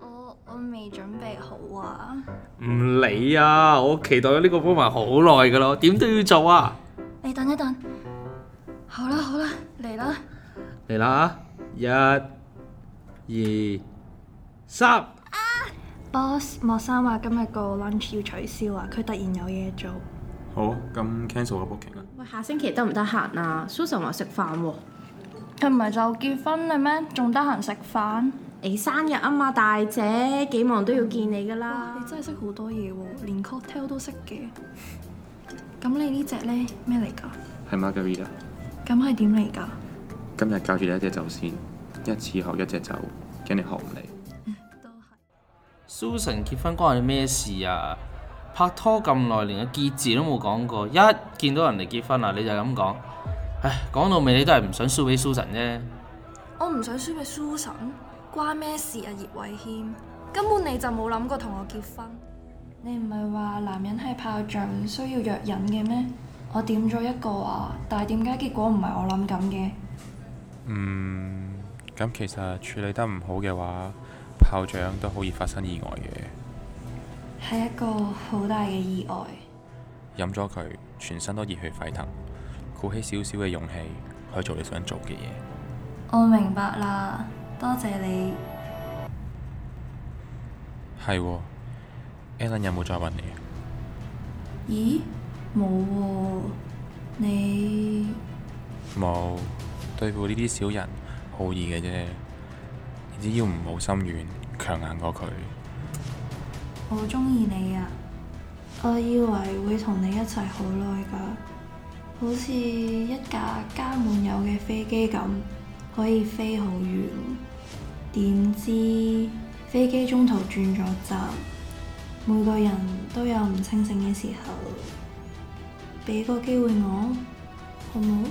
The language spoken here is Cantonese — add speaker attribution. Speaker 1: 我未準備好啊！
Speaker 2: 唔理啊！我期待咗呢個 moment 好耐噶咯，點都要做啊！
Speaker 1: 你等一等。好啦好啦，嚟啦！
Speaker 2: 嚟啦，一、二、三。
Speaker 1: boss 莫生話今日個 lunch 要取消啊，佢突然有嘢做。
Speaker 3: 好，咁 cancel 個 booking 啦。
Speaker 4: 喂，下星期得唔得閒啊？Susan 話食飯喎，
Speaker 1: 佢唔係就結婚嘞咩？仲得閒食飯？
Speaker 4: 你生日啊嘛，大姐幾忙都要見你噶
Speaker 1: 哇！
Speaker 4: 啦
Speaker 1: 你。真係識好多嘢喎，連 cocktail 都識嘅。咁你呢只呢？咩嚟㗎？
Speaker 3: 係 Margarita，
Speaker 1: 咁係點嚟㗎？
Speaker 3: 今日教住你一隻酒先，一次學一隻酒，驚你學唔嚟。
Speaker 1: 都係
Speaker 2: Susan 結婚關你咩事啊？拍拖咁耐，連個結字都冇講過，一見到人哋結婚啊，你就咁講。唉，講到尾你都係唔想輸俾 Susan 啫。
Speaker 1: 我唔想輸俾 Susan，關咩事啊？葉偉軒根本你就冇諗過同我結婚。你唔係話男人係炮仗，需要藥引嘅咩？我點咗一個啊，但係點解結果唔係我諗咁嘅？
Speaker 3: 嗯，咁其實處理得唔好嘅話，炮仗都好易發生意外嘅。
Speaker 1: 係一個好大嘅意外。
Speaker 3: 飲咗佢，全身都熱血沸騰，鼓起少少嘅勇氣去做你想做嘅嘢。
Speaker 1: 我明白啦，多謝你。
Speaker 3: 係喎，Alan 有冇再問你？
Speaker 1: 咦？冇喎、你
Speaker 3: 冇，對付呢啲小人好易嘅啫，你只要唔好心軟，強硬過佢。
Speaker 1: 我好中意你啊！我以為會同你一齊好耐㗎，好似一架加滿油嘅飛機咁，可以飛好遠。點知飛機中途轉咗站，每個人都有唔清醒嘅時候，俾個機會我，好冇？